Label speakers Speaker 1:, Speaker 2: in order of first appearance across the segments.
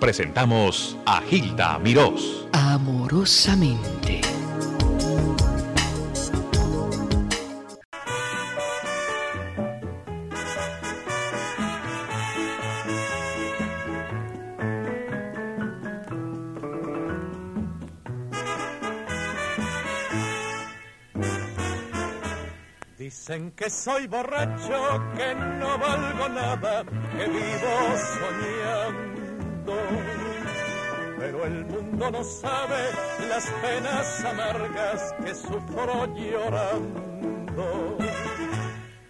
Speaker 1: presentamos a Gilda Mirós.
Speaker 2: amorosamente.
Speaker 3: Dicen que soy borracho, que no valgo nada, que vivo soñando. Pero el mundo no sabe las penas amargas que sufro llorando.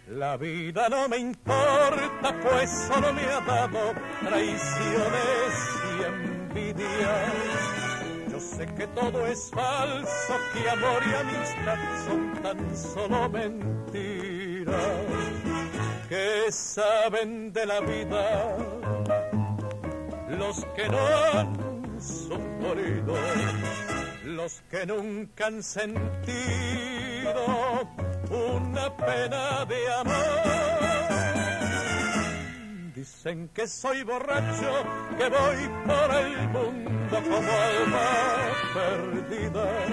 Speaker 3: La vida no me importa, pues solo me ha dado traiciones y envidias. Yo sé que todo es falso, que amor y amistad son tan solo mentiras que saben de la vida los que no han sufrido, los que nunca han sentido una pena de amor. Dicen que soy borracho, que voy por el mundo como alma perdida.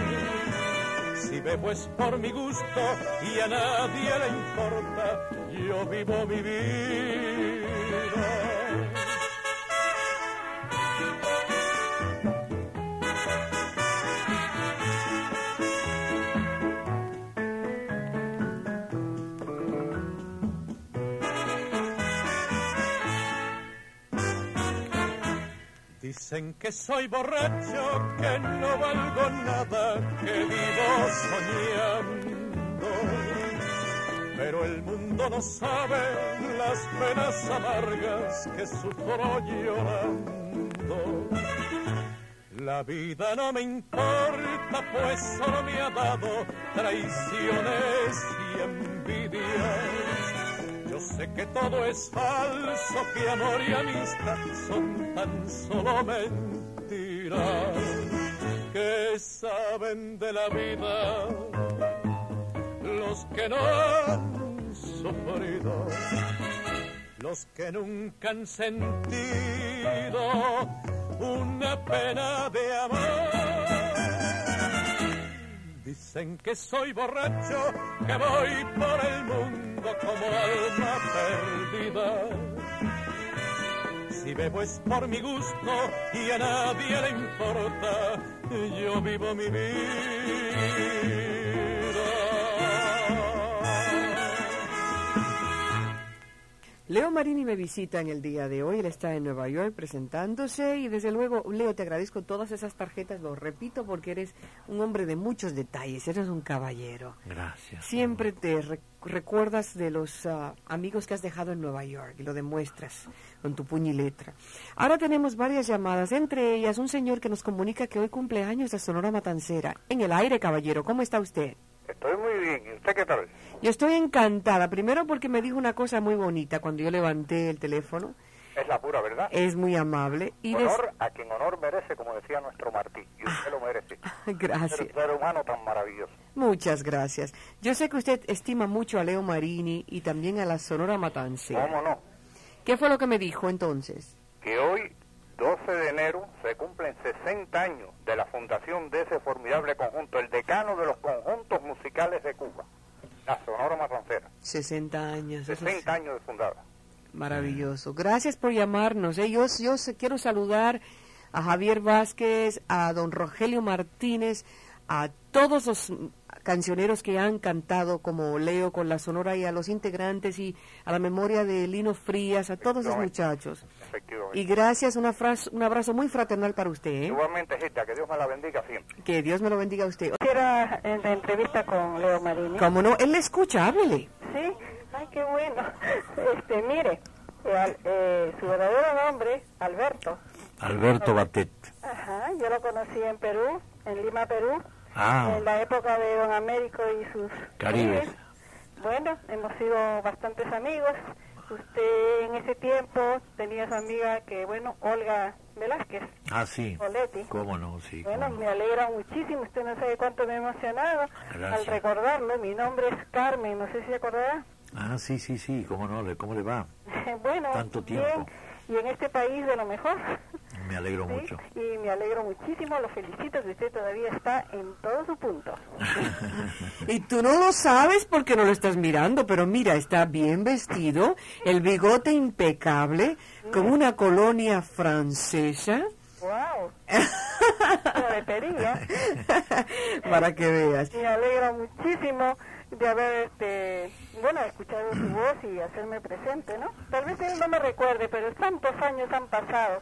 Speaker 3: Si bebo es por mi gusto y a nadie le importa, yo vivo mi vida. Dicen que soy borracho, que no valgo nada, que vivo soñando. Pero el mundo no sabe las penas amargas que sufro llorando. La vida no me importa, pues solo me ha dado traiciones y envidias. Yo sé que todo es falso, que amor y amistad son tan solo mentiras que saben de la vida los que no han sufrido, los que nunca han sentido una pena de amor. Dicen que soy borracho, que voy por el mundo como alma perdida. Si bebo es por mi gusto y a nadie le importa, yo vivo mi vida.
Speaker 4: Leo Marini me visita en el día de hoy, él está en Nueva York presentándose y desde luego, Leo, te agradezco todas esas tarjetas, lo repito, porque eres un hombre de muchos detalles, eres un caballero.
Speaker 5: Gracias.
Speaker 4: Siempre te re- recuerdas de los ah, amigos que has dejado en Nueva York y lo demuestras con tu puño y letra. Ahora tenemos varias llamadas, entre ellas un señor que nos comunica que hoy cumpleaños de Sonora Matancera. En el aire, caballero, ¿cómo está usted?
Speaker 6: Estoy muy bien. ¿Y usted qué tal?
Speaker 4: Yo estoy encantada, primero porque me dijo una cosa muy bonita cuando yo levanté el teléfono.
Speaker 6: Es la pura verdad.
Speaker 4: Es muy amable. Eh, Y des-
Speaker 6: honor a quien honor merece, como decía nuestro Martí. Y usted lo merece.
Speaker 4: Ah, Gracias.
Speaker 6: Ser, ser humano tan maravilloso.
Speaker 4: Muchas gracias. Yo sé que usted estima mucho a Leo Marini y también a la Sonora Matancera.
Speaker 6: ¿Cómo no?
Speaker 4: ¿Qué fue lo que me dijo entonces?
Speaker 6: Que hoy, 12 de enero, se cumplen 60 años de la fundación de ese formidable conjunto, el decano de los conjuntos musicales de Cuba, la Sonora Matancera.
Speaker 4: 60 años. eso es
Speaker 6: 60 años de fundada.
Speaker 4: maravilloso. Gracias por llamarnos. eh. Yo, yo se- quiero saludar a Javier Vázquez, a don Rogelio Martínez, a todos los mm, cancioneros que han cantado como Leo con la Sonora y a los integrantes y a la memoria de Lino Frías, a todos los
Speaker 6: Efectivamente.
Speaker 4: muchachos.
Speaker 6: Efectivamente.
Speaker 4: Y gracias, una fras- un abrazo muy fraternal para usted. ¿eh?
Speaker 6: Igualmente, Gita, que Dios me la bendiga siempre.
Speaker 4: Que Dios me lo bendiga a usted.
Speaker 7: Era en la entrevista con Leo Marini.
Speaker 4: Como no, él le escucha, háblele.
Speaker 7: Sí, ay, qué bueno. Este, mire, eh, al- eh, su verdadero nombre, Alberto.
Speaker 5: Alberto Batet.
Speaker 7: Ajá, yo lo conocí en Perú, en Lima, Perú,
Speaker 5: Ah,
Speaker 7: en la época de Don Américo y sus...
Speaker 5: Caribes.
Speaker 7: jefes. Bueno, hemos sido bastantes amigos. Usted en ese tiempo tenía su amiga que, bueno, Olga Velázquez.
Speaker 5: ah, sí.
Speaker 7: Oletti.
Speaker 5: ¿Cómo no? Sí. cómo
Speaker 7: Bueno,
Speaker 5: no.
Speaker 7: me alegra muchísimo, usted no sabe cuánto me he emocionado al
Speaker 5: Gracias.
Speaker 7: recordarlo. Mi nombre es Carmen, no sé si se acordará.
Speaker 5: Ah, sí, sí, sí. ¿Cómo no? ¿Cómo le va?
Speaker 7: Bueno,
Speaker 5: Tanto tiempo.
Speaker 7: bien, y en este país de lo mejor.
Speaker 5: Me alegro
Speaker 7: Sí,
Speaker 5: mucho.
Speaker 7: Y me alegro muchísimo, lo felicito que usted todavía está en todo su punto.
Speaker 4: Y tú no lo sabes porque no lo estás mirando, pero mira, está bien vestido, el bigote impecable, con una colonia francesa.
Speaker 7: ¡Wow! de perilla.
Speaker 4: Para que veas.
Speaker 7: Me alegro muchísimo de haber, este, bueno, escuchado su voz y hacerme presente, ¿no? Tal vez él no me recuerde, pero tantos años han pasado.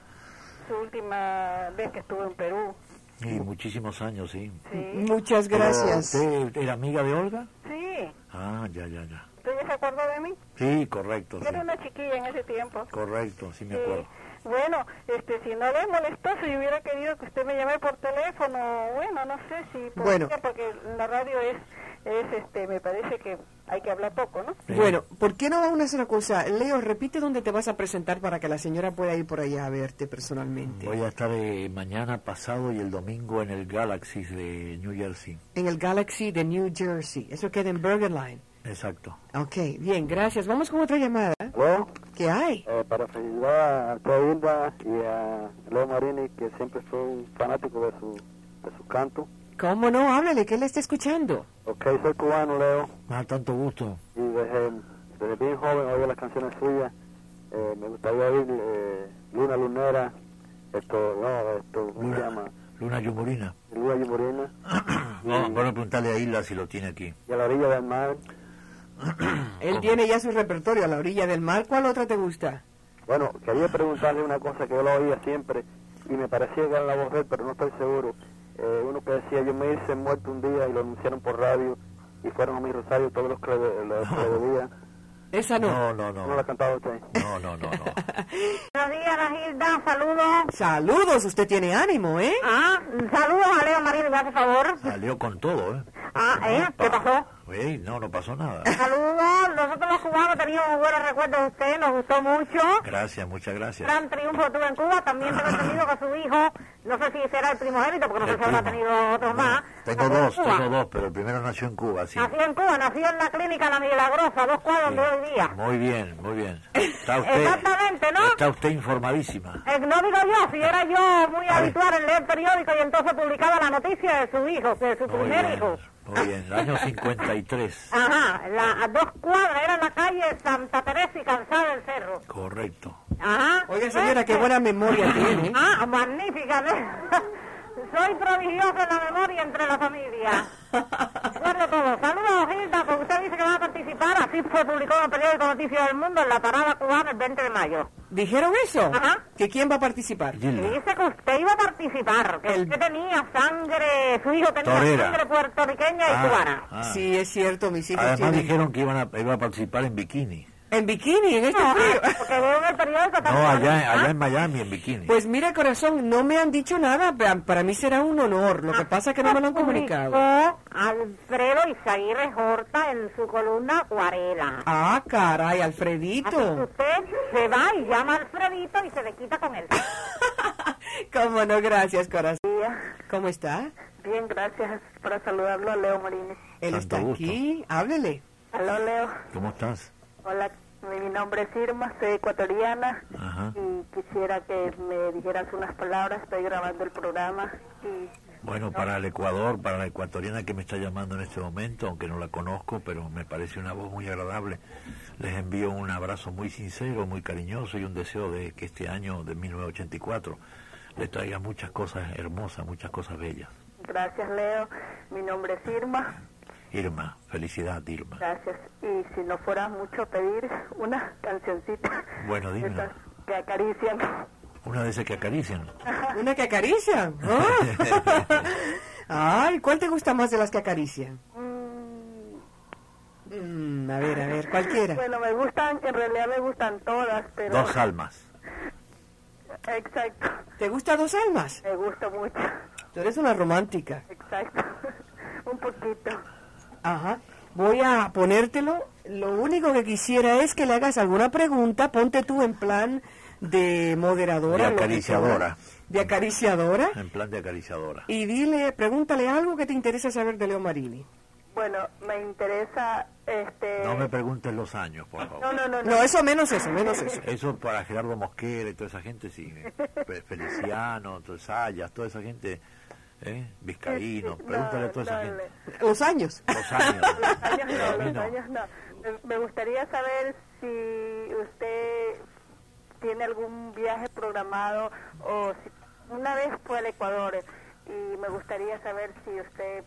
Speaker 7: Su última vez que estuve en Perú.
Speaker 5: Y muchísimos años, sí.
Speaker 7: Sí,
Speaker 4: Muchas gracias.
Speaker 5: Pero, ¿Usted era amiga de Olga?
Speaker 7: sí.
Speaker 5: Ah, ya, ya, ya.
Speaker 7: ¿Usted ya se acordó de mí?
Speaker 5: Sí, correcto,
Speaker 7: Yo era
Speaker 5: Pues sí.
Speaker 7: una chiquilla en ese tiempo.
Speaker 5: Correcto, sí me
Speaker 7: Sí.
Speaker 5: acuerdo.
Speaker 7: Bueno, este, si no le molestó, si hubiera querido que usted me llame por teléfono, bueno, no sé si podría,
Speaker 4: Bueno.
Speaker 7: porque la radio es, es, este, me parece que hay que hablar poco, ¿no?
Speaker 4: Bueno, ¿por qué no vamos a hacer una cosa? Leo, repite dónde te vas a presentar para que la señora pueda ir por allá a verte personalmente.
Speaker 5: Voy a estar eh, mañana pasado y el domingo en el Galaxy de New Jersey.
Speaker 4: En el Galaxy de New Jersey. Eso queda en Burger Line.
Speaker 5: Exacto.
Speaker 4: Ok, bien, gracias. Vamos con otra llamada.
Speaker 8: Bueno,
Speaker 4: ¿Qué hay?
Speaker 8: eh, para felicitar a Tía Hilda y a Leo Marini, que siempre fue un fanático de su, de su canto.
Speaker 4: ¿Cómo no? Háblale, que él está escuchando.
Speaker 8: Ok, soy cubano, Leo,
Speaker 5: Ah, tanto gusto.
Speaker 8: y desde, desde bien joven oigo las canciones suyas. Eh, me gustaría oír eh, Luna Lunera, esto, no, esto, ¿cómo se llama?
Speaker 5: Luna Yumurina.
Speaker 8: Luna Yumurina,
Speaker 5: Vamos a preguntarle a Hilda si lo tiene aquí.
Speaker 8: y a la orilla del mar.
Speaker 5: Mm,
Speaker 4: Él tiene ya su repertorio a la orilla del mar. ¿Cuál otra te gusta?
Speaker 8: Bueno, quería preguntarle una cosa que yo lo oía siempre y me parecía que era la voz de él, pero no estoy seguro. Eh, uno que decía, yo me hice muerto un día y lo anunciaron por radio y fueron a mi rosario todos los que le, los que le debía.
Speaker 4: Esa Ah, no.
Speaker 5: No, no,
Speaker 8: ¿No
Speaker 5: no.
Speaker 8: la cantaba usted?
Speaker 5: No, no, no, no.
Speaker 9: Buenos días, Hilda, saludos.
Speaker 4: Saludos, usted tiene ánimo, ¿eh?
Speaker 9: Ah, saludos a Leo Marín, me hace favor.
Speaker 5: Salió con todo, ¿eh?
Speaker 9: Ah, ¿eh? ¿Qué pasó?
Speaker 5: Ey, no, no pasó nada.
Speaker 9: Saludos, nosotros los cubanos teníamos buenos recuerdos de usted, nos gustó mucho.
Speaker 5: Gracias, muchas gracias.
Speaker 9: Gran triunfo tuvo en Cuba, también tengo entendido que su hijo, no sé si será el primogénito, porque no sé
Speaker 5: El
Speaker 9: si habrá
Speaker 5: primo.
Speaker 9: tenido otros más.
Speaker 5: Tengo
Speaker 9: nació en
Speaker 5: dos,
Speaker 9: Cuba.
Speaker 5: tengo dos, pero el primero nació en Cuba, sí.
Speaker 7: Ah,
Speaker 9: Nació en Cuba, nació en la clínica La Milagrosa, dos cuadros de hoy día.
Speaker 5: Muy bien, muy bien. Está usted,
Speaker 9: Exactamente, ¿no?
Speaker 5: Está usted informadísima.
Speaker 9: Eh, no digo yo, si era yo muy habitual en leer periódico y entonces publicaba la noticia de su hijo, de su
Speaker 5: Muy
Speaker 9: primer
Speaker 5: bien,
Speaker 9: hijo.
Speaker 5: muy bien. El año 53.
Speaker 9: Ajá, la, a dos cuadras, era la calle Santa Teresa y Calzada del Cerro.
Speaker 5: Correcto.
Speaker 9: Ajá.
Speaker 4: Oiga, señora, qué
Speaker 9: Este-
Speaker 4: buena memoria tiene.
Speaker 9: Ah, magnífica. ¿no? Soy prodigiosa en la memoria entre la familia. Recuerdo todo. Saludos, Gilda, porque usted dice que va a participar. Así se publicó en el periódico Noticias del Mundo en la parada cubana el 20 de mayo.
Speaker 4: ¿Dijeron eso?
Speaker 9: Ajá.
Speaker 4: ¿Que quién va a participar?
Speaker 9: Y
Speaker 5: Gilda.
Speaker 9: dice que usted iba a participar, que
Speaker 4: El-
Speaker 9: usted tenía sangre, su hijo tenía
Speaker 5: Torera.
Speaker 9: sangre puertorriqueña y cubana.
Speaker 5: Ah, ah.
Speaker 4: Sí, es cierto, mis hijos
Speaker 5: Además
Speaker 4: tienen-
Speaker 5: dijeron que iban a, iba a participar en bikini.
Speaker 4: En bikini, en este
Speaker 9: No,
Speaker 4: frío.
Speaker 9: porque veo en el periódico también.
Speaker 5: No, allá, allá en Miami, en bikini.
Speaker 4: Pues mira, corazón, no me han dicho nada. pa- Para mí será un honor. Lo que pasa es que no me lo han comunicado.
Speaker 9: Publicó Alfredo Isaguirre Horta en su columna Acuarela.
Speaker 4: Ah, caray,
Speaker 9: Así que
Speaker 4: Alfredito.
Speaker 9: usted se va y llama a Alfredito y se le quita con él.
Speaker 4: ¿Cómo no? Gracias, corazón. ¿Cómo está?
Speaker 7: Bien, gracias para saludarlo a Leo Marines.
Speaker 4: Él
Speaker 5: Tanto
Speaker 4: está
Speaker 5: gusto.
Speaker 4: aquí. Háblele.
Speaker 7: Aló, Leo.
Speaker 5: ¿Cómo estás?
Speaker 7: Hola, mi nombre es Irma, soy ecuatoriana
Speaker 5: Ajá.
Speaker 7: y quisiera que me dijeras unas palabras. Estoy grabando el programa y
Speaker 5: Bueno, para el Ecuador, para la ecuatoriana que me está llamando en este momento, aunque no la conozco, pero me parece una voz muy agradable, les envío un abrazo muy sincero, muy cariñoso y un deseo de que este año de 1984 les traiga muchas cosas hermosas, muchas cosas bellas.
Speaker 7: gracias, Leo. Mi nombre es Irma.
Speaker 5: Irma, felicidad, Irma.
Speaker 7: Gracias. Y si no fuera mucho pedir una cancioncita.
Speaker 5: Bueno, dime.
Speaker 7: Esas Que acarician.
Speaker 5: Una de esas que acarician.
Speaker 4: Una que acaricia. Ah. Ay, ¿cuál te gusta más de las que acarician? Mm, a ver, a ver, cualquiera.
Speaker 7: Bueno, me gustan, en realidad me gustan todas, pero...
Speaker 5: Dos almas.
Speaker 7: Exacto.
Speaker 4: ¿Te gusta dos almas?
Speaker 7: Me gusta mucho.
Speaker 4: Tú eres una romántica.
Speaker 7: Exacto. Un poquito.
Speaker 4: Ajá. Voy a ponértelo. Lo único que quisiera es que le hagas alguna pregunta. Ponte tú en plan de moderadora.
Speaker 5: De
Speaker 4: lo que
Speaker 5: acariciadora.
Speaker 4: sea. De acariciadora.
Speaker 5: En plan de acariciadora.
Speaker 4: Y dile, pregúntale algo que te interesa saber de Leo Marini.
Speaker 7: Bueno, me interesa este...
Speaker 5: No me preguntes los años, por favor.
Speaker 7: no, no, no, no.
Speaker 4: No, eso menos eso, menos eso.
Speaker 5: Eso para Gerardo Mosquera y toda esa gente, sí. eh, Fe- Feliciano, todo Sayas, toda esa gente, ¿eh? Vizcaíno, pregúntale a toda esa
Speaker 7: no,
Speaker 5: gente.
Speaker 4: Los años.
Speaker 5: Los años.
Speaker 7: Los años
Speaker 5: Pero a
Speaker 7: no,
Speaker 5: mí
Speaker 7: los
Speaker 5: no.
Speaker 7: años no. Me- Me gustaría saber si usted tiene algún viaje programado o si una vez fue al Ecuador eh, y me gustaría saber si usted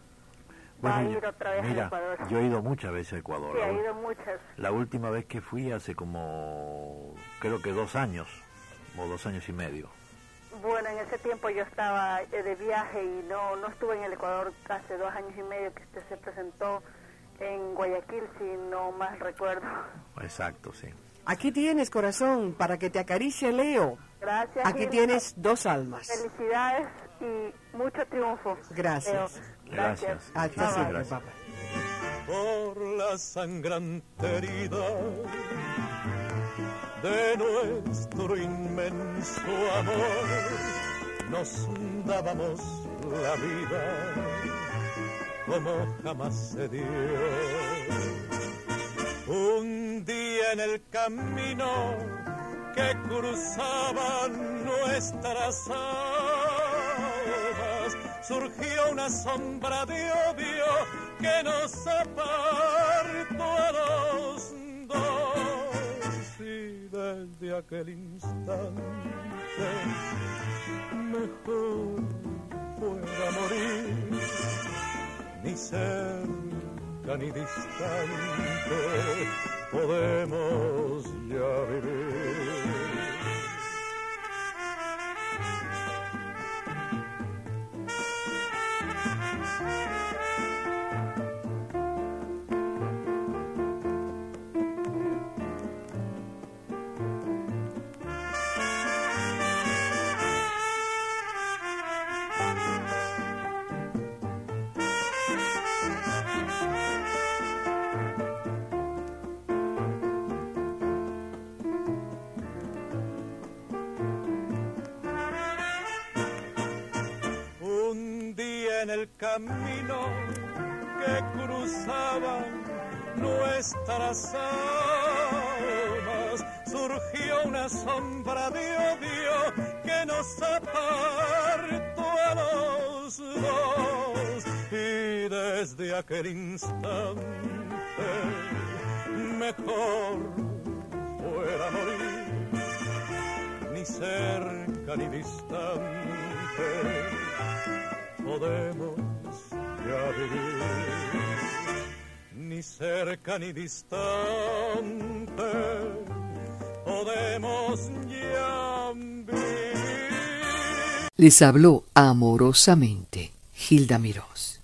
Speaker 7: va a
Speaker 5: Bueno,
Speaker 7: ir otra vez
Speaker 5: mira,
Speaker 7: al Ecuador.
Speaker 5: yo he ido muchas veces a Ecuador.
Speaker 7: sí,
Speaker 5: La
Speaker 7: ha
Speaker 5: ul-
Speaker 7: ido muchas.
Speaker 5: La última vez que fui hace como, creo que dos años, o dos años y medio.
Speaker 7: Bueno, en ese tiempo yo estaba eh, de viaje y no, no estuve en el Ecuador hace dos años y medio que usted se presentó en Guayaquil, si no más recuerdo.
Speaker 5: Exacto, sí.
Speaker 4: Aquí tienes, corazón, para que te acaricie Leo.
Speaker 7: Gracias.
Speaker 4: Aquí
Speaker 7: Gilda.
Speaker 4: tienes dos almas.
Speaker 7: Felicidades y mucho triunfo.
Speaker 4: Gracias.
Speaker 7: Leo.
Speaker 5: Gracias.
Speaker 4: Hasta
Speaker 5: Muchísimas
Speaker 4: siempre,
Speaker 5: Ah, gracias.
Speaker 4: papá.
Speaker 3: por la sangrante herida de nuestro inmenso amor. Nos dábamos la vida como jamás se dio. Un día en el camino que cruzaban nuestras almas, surgió una sombra de odio que nos apartó a los dos. Y desde aquel instante, mejor fuera morir ni cerca ni distante podemos ya vivir. Un día en el camino que cruzaban nuestras almas, surgió una sombra de odio que nos apartó a los dos. Y desde aquel instante, mejor fuera morir ni cerca ni distante podemos ya vivir. Ni cerca ni distante podemos ya vivir.
Speaker 2: Les habló amorosamente Gilda Mirós.